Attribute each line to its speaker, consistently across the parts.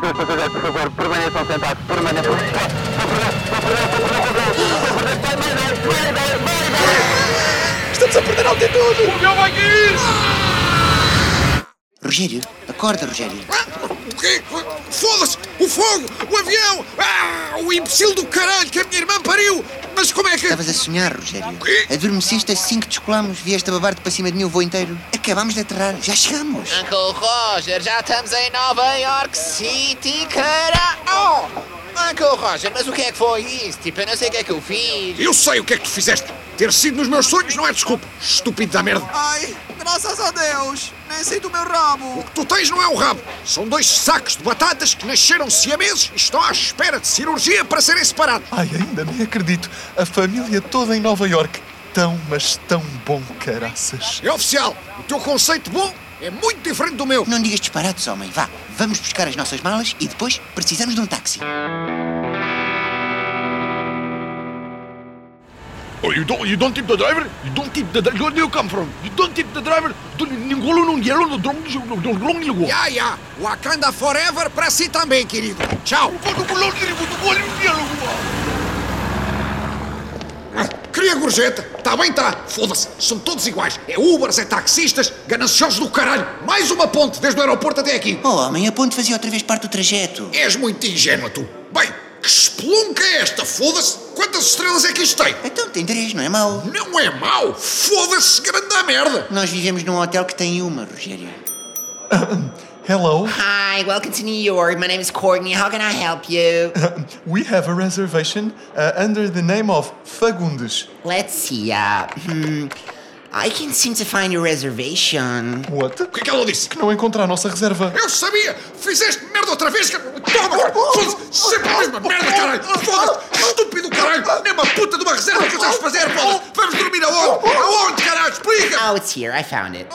Speaker 1: Por favor, permaneçam sentados, permaneçam sentados.
Speaker 2: Estamos a perder altitude!
Speaker 3: Rogério, acorda, Rogério.
Speaker 2: Foda-se! O fogo! O avião! Ah, o imbecil do caralho que a minha irmã pariu! Mas como é que.
Speaker 3: Estavas a sonhar, Rogério. Adormeceste assim que descolamos, vieste a babar-te para cima de mim o voo inteiro. Acabámos de aterrar, já chegamos.
Speaker 4: Uncle Roger, já estamos em Nova York City, cara! Oh! Uncle Roger, mas o que é que foi isso? Tipo, eu não sei o que é que eu fiz.
Speaker 2: Eu sei o que é que tu fizeste! Ter sido nos meus sonhos não é desculpa! Estúpido da merda!
Speaker 5: Ai, graças a Deus! Nem sei do meu rabo!
Speaker 2: O que tu tens não é um rabo! São dois sacos de batatas que nasceram siameses e estão à espera de cirurgia para serem separados!
Speaker 6: Ai, ainda nem acredito. A família toda em Nova York. Tão, mas tão bom, caraças.
Speaker 2: É oficial! O teu conceito bom é muito diferente do meu!
Speaker 3: Não digas disparates, homem. Vá, vamos buscar as nossas malas e depois precisamos de um táxi.
Speaker 7: Oh, you don't, you don't tip the driver? You don't tip the driver? Where do you come from? You don't tip the driver? Tu Ningolo não guiou no drone, no drone ligou.
Speaker 2: Ya, ya! Wakanda Forever para si também, querido! Tchau! Ah, Queria gorjeta! Tá bem, tá! Foda-se! São todos iguais! É Ubers, é taxistas, gananciosos do caralho! Mais uma ponte desde o aeroporto até aqui!
Speaker 3: Oh, homem, a ponte fazia outra vez parte do trajeto.
Speaker 2: És muito ingênua, tu! Bem, que espelunca é esta? Foda-se! Quantas estrelas é que isto tem?
Speaker 3: Então tem três, não é mau?
Speaker 2: Não é mau! Foda-se, grande da merda!
Speaker 3: Nós vivemos num hotel que tem uma, Rogério.
Speaker 6: Hello,
Speaker 4: Hi, welcome to New York. My name is Courtney. How can I help you?
Speaker 6: we have a reservation uh, under the name of Fagundes.
Speaker 4: Let's see. Uh, hmm, I can't seem to find your reservation.
Speaker 6: What?
Speaker 2: O que é que ela disse?
Speaker 6: Não encontra a nossa reserva.
Speaker 2: Eu sabia! Fizeste merda outra vez! cara. Toma, cara! Foda-se! Sempre a mesma merda, caralho! Foda-se! Estúpido, caralho! Nem uma puta de uma reserva consegues fazer, foda-se! Vamos dormir aonde? Aonde, caralho? Explica!
Speaker 4: Oh, it's here. I found it.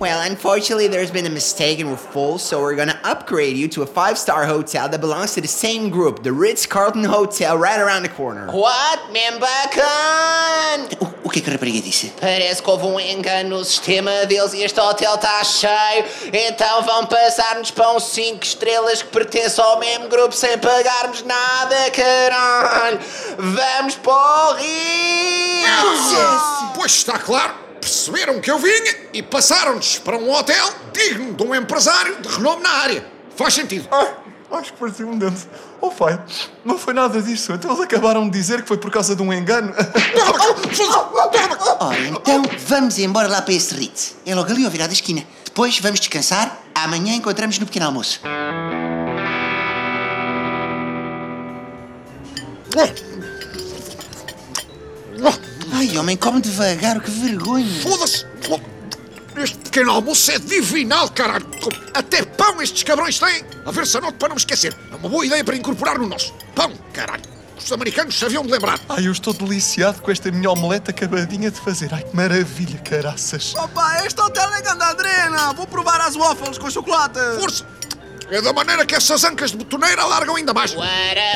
Speaker 4: Well, unfortunately, there's been a mistake and we're full, so we're gonna upgrade you to a five star hotel that belongs to the same group, the Ritz Carlton Hotel, right around the corner. What? Membacon!
Speaker 3: O, o que é que a rapariga disse?
Speaker 4: Parece que houve um engano no sistema deles e este hotel está cheio, então vão passar-nos para um 5 estrelas que pertence ao mesmo grupo sem pagarmos nada, caralho! Vamos para o Ritz!
Speaker 2: Pois está claro! Perceberam que eu vinha e passaram-nos para um hotel digno de um empresário de renome na área. Faz sentido.
Speaker 6: Ai, acho que parecia um dente. Oh, pai, não foi nada disso. Então eles acabaram de dizer que foi por causa de um engano.
Speaker 2: Toma, cara! Foda-se! Toma, cara!
Speaker 3: Ora, então vamos embora lá para esse Ritz. É logo ali ao virar da esquina. Depois vamos descansar. Amanhã encontramos no pequeno almoço.
Speaker 2: Ah.
Speaker 3: Ai, homem, come devagar, que vergonha.
Speaker 2: Foda-se! Ah. Este pequeno almoço é divinal, caralho! Até pão estes cabrões têm! A ver se anoto para não me esquecer. É uma boa ideia para incorporar no nosso. Pão, caralho! Os americanos sabiam de lembrar.
Speaker 6: Ai, eu estou deliciado com esta minha omelete acabadinha de fazer. Ai, que maravilha, caraças.
Speaker 5: Opa, este hotel é gandadrena! Vou provar as waffles com chocolate!
Speaker 2: Força! É da maneira que essas ancas de betoneira largam ainda mais.
Speaker 4: What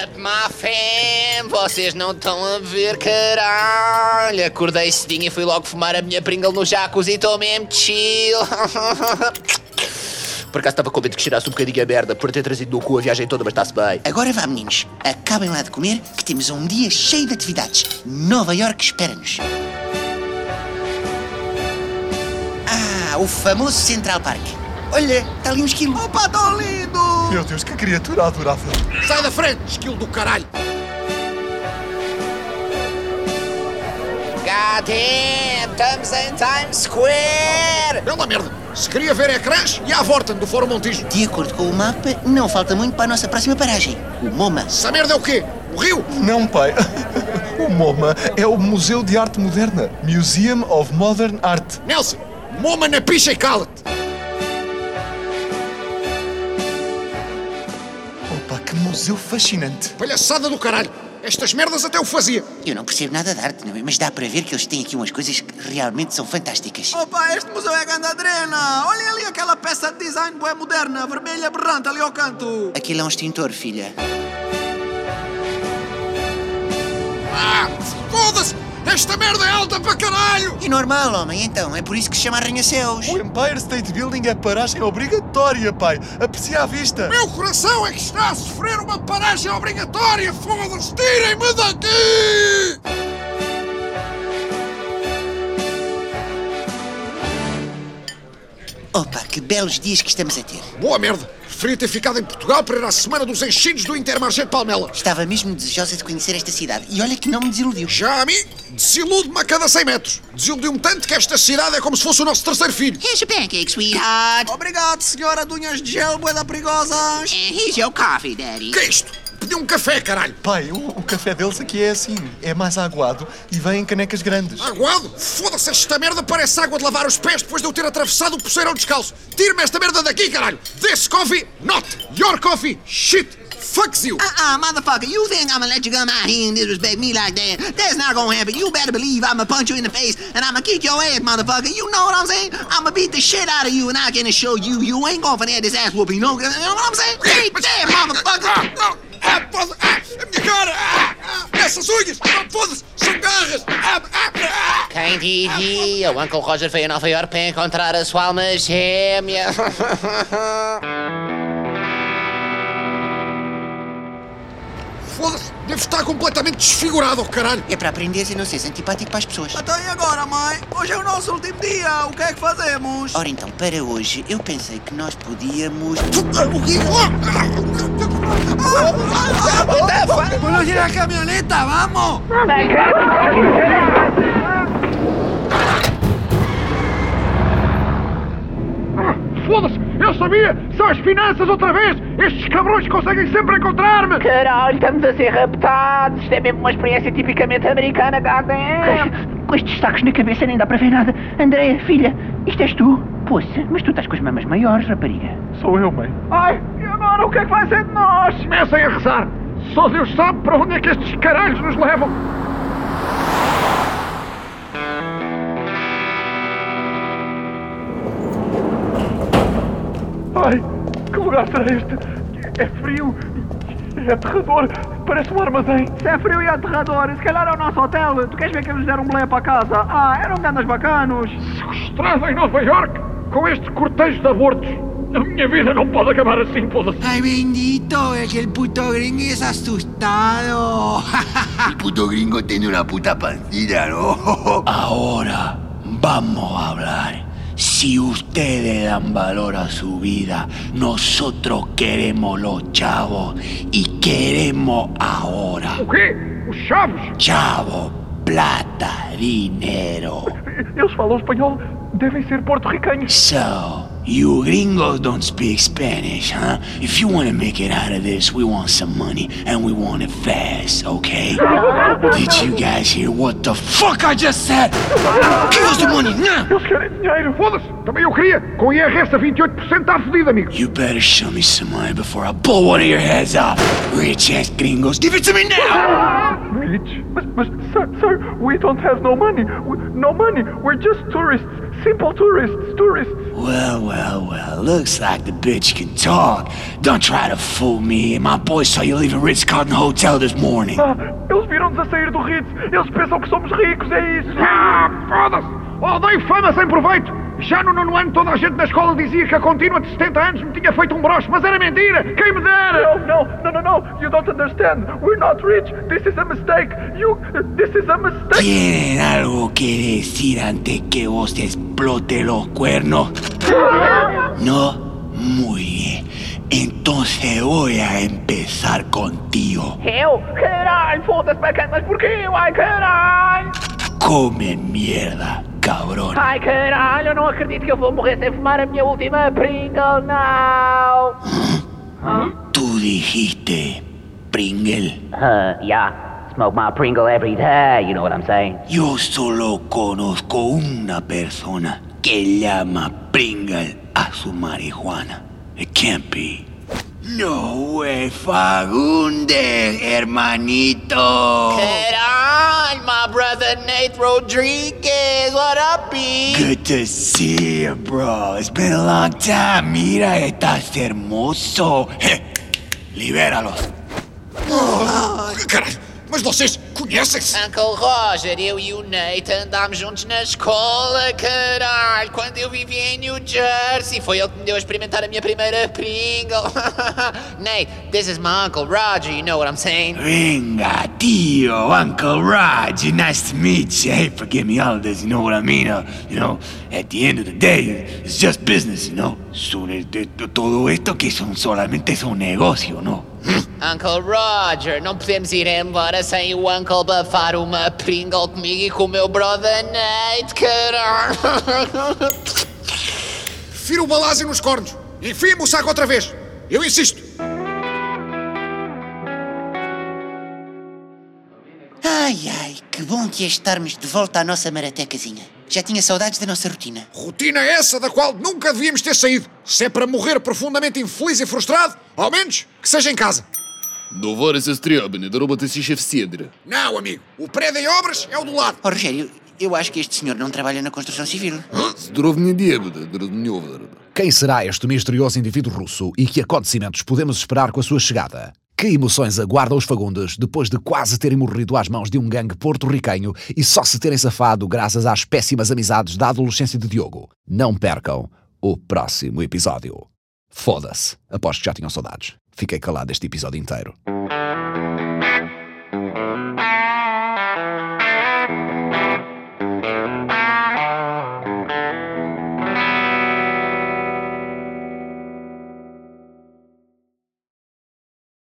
Speaker 4: up, my fam? Vocês não estão a ver, caralho! Acordei cedinho e fui logo fumar a minha pringle no jacuzzi e estou mesmo chill! Por acaso estava com medo que cheirasse um bocadinho a merda por ter trazido no cu a viagem toda, mas está-se bem.
Speaker 3: Agora vá, meninos. Acabem lá de comer, que temos um dia cheio de atividades. Nova York espera-nos. Ah, o famoso Central Park. Olha, está ali um esquilo.
Speaker 5: Opa, tão lindo!
Speaker 6: Meu Deus, que criatura adorável.
Speaker 2: Sai da frente, esquilo do caralho!
Speaker 4: God damn, estamos em Times Square!
Speaker 2: Pela É merda! Se queria ver ecrãs, e à volta do Fórum Montijo.
Speaker 3: De acordo com o mapa, não falta muito para a nossa próxima paragem, o MoMA.
Speaker 2: Essa merda é o quê? O rio?
Speaker 6: Não, pai. O MoMA é o Museu de Arte Moderna. Museum of Modern Art.
Speaker 2: Nelson, moma na picha e cala-te!
Speaker 6: Opa, que museu fascinante.
Speaker 2: Palhaçada do caralho! Estas merdas até o fazia!
Speaker 3: Eu não percebo nada de arte, não é? mas dá para ver que eles têm aqui umas coisas que realmente são fantásticas.
Speaker 5: Opa, este museu é gandadrena! Olhem ali aquela peça de design bué moderna, vermelha berrante ali ao canto!
Speaker 3: Aquilo é um extintor, filha.
Speaker 2: Ah, Foda-se! Esta merda é alta para caralho!
Speaker 8: É normal, homem, então. É por isso que se chama arranha-céus.
Speaker 6: O Empire State Building é paragem obrigatória, pai. Aprecie à vista.
Speaker 2: Meu coração é que está a sofrer uma paragem obrigatória! Foda-se! Tirem-me daqui!
Speaker 8: Opa, que belos dias que estamos a ter.
Speaker 2: Boa merda! Preferia ter ficado em Portugal para ir à semana dos enchidos do Intermarché de Palmela.
Speaker 8: Estava mesmo desejosa de conhecer esta cidade. E olha que não me desiludiu.
Speaker 2: Já a mim, desilude-me a cada 100 metros. Desiludiu-me tanto que esta cidade é como se fosse o nosso terceiro filho.
Speaker 9: Here's your pancake, sweetheart.
Speaker 5: Obrigado, senhora Dunhas de Gel, boeda perigosas.
Speaker 9: And here's your coffee, daddy.
Speaker 2: Que é isto? Pedi um café, caralho.
Speaker 6: Pai, o, o café deles aqui é assim. É mais aguado e vem em canecas grandes.
Speaker 2: Aguado? Foda-se, esta merda parece água de lavar os pés depois de eu ter atravessado o poceirão descalço. Tire-me esta merda daqui, caralho. This coffee, not your coffee. Shit. Fucks you.
Speaker 9: Uh-uh, motherfucker, you think I'm gonna let you come out here and disrespect me like that? That's not gonna happen. You better believe I'm gonna punch you in the face and I'm gonna kick your ass, motherfucker. You know what I'm saying? I'm gonna beat the shit out of you and I can assure you, you ain't gonna finesse this ass whooping. You know, you know what I'm saying? Hey,
Speaker 2: É
Speaker 9: damn, motherfucker!
Speaker 2: Ah, ah, foda ah, a minha cara. Ah, ah, essas unhas. Ah, foda-se, são garras. Ah, ah, ah.
Speaker 4: Quem diria? O Uncle Roger veio a Nova York para encontrar a sua alma gêmea.
Speaker 2: É Foda-se, devo estar completamente desfigurado, oh, caralho.
Speaker 8: É para aprenderes e não seres antipático para as pessoas.
Speaker 5: Então e agora, mãe? Hoje é o nosso último dia. O que é que fazemos?
Speaker 8: Ora então, para hoje, eu pensei que nós podíamos...
Speaker 2: ah, O quê? Oh, ah,
Speaker 5: Ah, ¡Vamos ir a la camioneta! ¡Vamos!
Speaker 2: Foda-se, eu sabia. São as finanças outra vez. Estes cabrões conseguem sempre encontrar-me.
Speaker 10: Caralho, estamos a ser raptados. Isto é mesmo uma experiência tipicamente americana, goddamn. Com estes sacos na cabeça nem dá para ver nada. Andréia, filha, isto és tu? Poça, mas tu estás com as mamas maiores, rapariga.
Speaker 6: Sou eu, mãe.
Speaker 10: Ai, e agora o que é que vai ser de nós?
Speaker 2: Comecem a rezar. Só Deus sabe para onde é que estes caralhos nos levam.
Speaker 6: Ai, que lugar será este? É frio. É aterrador. Parece um armazém.
Speaker 10: Se é frio e aterrador, se calhar é o nosso hotel. Tu queres ver que eles deram um boleia para casa? Ah, eram ganas bacanos.
Speaker 2: Sequestrado em Nova York com este cortejo de abortos. A minha vida não pode acabar assim, foda-se.
Speaker 5: ¡Ay, bendito! Es que el puto gringo es asustado.
Speaker 3: puto gringo tiene una puta pancita, ¿no? Ahora vamos a hablar. Si ustedes dan valor a su vida, nosotros queremos los chavos y queremos ahora.
Speaker 2: O quê? Os chaves?
Speaker 3: Chavo, plata, dinero.
Speaker 6: Eles falam espanhol. Devem ser porto-ricanos.
Speaker 3: So, you gringos don't speak Spanish, huh? If you want to make it out of this, we want some money and we want it fast, okay? Did you guys hear what the fuck I just said? Give us the money now!
Speaker 2: Eles querem dinheiro. Foda-se. Também eu queria. Com IRS a 28% está fodido, amigo.
Speaker 3: You better show me some money before I blow one of your heads off. Rich ass gringos, give it to me now!
Speaker 6: Rich, but, but sir, sir, we don't have no money. We, no money. We're just tourists. Simple tourists, tourists.
Speaker 3: Well, well, well, looks like the bitch can talk. Don't try to fool me. My boy saw you leaving Ritz-Carlton Hotel this morning.
Speaker 6: Ah, eles viram-nos a sair do Ritz. Eles pensam que somos ricos, é isso.
Speaker 2: Ah, foda-se. Odeio Oh, fama sem proveito. Já no nono ano toda a gente na escola dizia que a contínua de 70 anos me tinha feito um broche, mas era mentira. Quem me dera.
Speaker 6: No, no, no, no, no. You don't understand. We're not rich. This is a mistake. You, this is a mistake.
Speaker 3: ¿Tienen algo que decir antes que vos te explote los cuernos? No, muy bien. Entonces voy a empezar contigo.
Speaker 10: Eu? Caralho, foda-se, bacanas, porquê? Ai, caralho!
Speaker 3: Come mierda, cabrón.
Speaker 10: Ai, caralho, ah, eu não acredito que eu vou morrer sem fumar a minha última Pringle, não!
Speaker 3: Tú dijiste, Pringle.
Speaker 10: Uh, yeah. Smoke my Pringle every day, you know what I'm saying?
Speaker 3: Yo solo conozco una persona que llama Pringle a su marihuana. It can't be. No way, Fagundes, hermanito.
Speaker 4: Caralho, my brother Nate Rodriguez, what up, B?
Speaker 3: Good to see you, bro. It's been a long time. Mira, estás hermoso. Je, libéralos.
Speaker 2: Ah, Caralho, Mas vocês conhecem-se?
Speaker 4: Uncle Roger, eu e o Nate andámos juntos na escola, caralho, quando eu vivia em New Jersey. Foi ele que me deu a experimentar a minha primeira Pringle. Nate, this is my Uncle Roger, you know what I'm saying?
Speaker 11: Venga, tío, Uncle Raj, nice to meet you. Hey, forgive me all of this, you know what I mean? Uh, you know, at the end of the day, it's just business, you know? Son- eh, eh, Todo esto que son solamente es un negocio, ¿no?
Speaker 4: Uncle Roger, não podemos ir embora sem o Uncle bafar uma Pringle comigo e com o meu brother Nate, caralho.
Speaker 2: Firo o balásio nos cornos. Enfie-me o saco outra vez. Eu insisto.
Speaker 3: Ai, ai, que bom que é estarmos de volta à nossa maratecazinha. Já tinha saudades da nossa rotina.
Speaker 2: Rotina é essa da qual nunca devíamos ter saído. Se é para morrer profundamente infeliz e frustrado, ao menos que seja em casa.
Speaker 7: Довари се стрябини, да робите си ще в седри.
Speaker 2: Não, amigo. O prédio em obras é o do lado.
Speaker 3: Oh, Rogério, eu acho que este senhor não trabalha na construção civil.
Speaker 7: Здравни дебеда, дразньовдара.
Speaker 12: Quem será este misterioso indivíduo russo e que acontecimentos podemos esperar com a sua chegada? Que emoções aguardam os fagundes depois de quase terem morrido às mãos de um gangue porto-riquenho e só se terem safado graças às péssimas amizades da adolescência de Diogo? Não percam o próximo episódio. Foda-se, aposto que já tinham saudades. Fiquei calado este episódio inteiro.
Speaker 1: Thank you.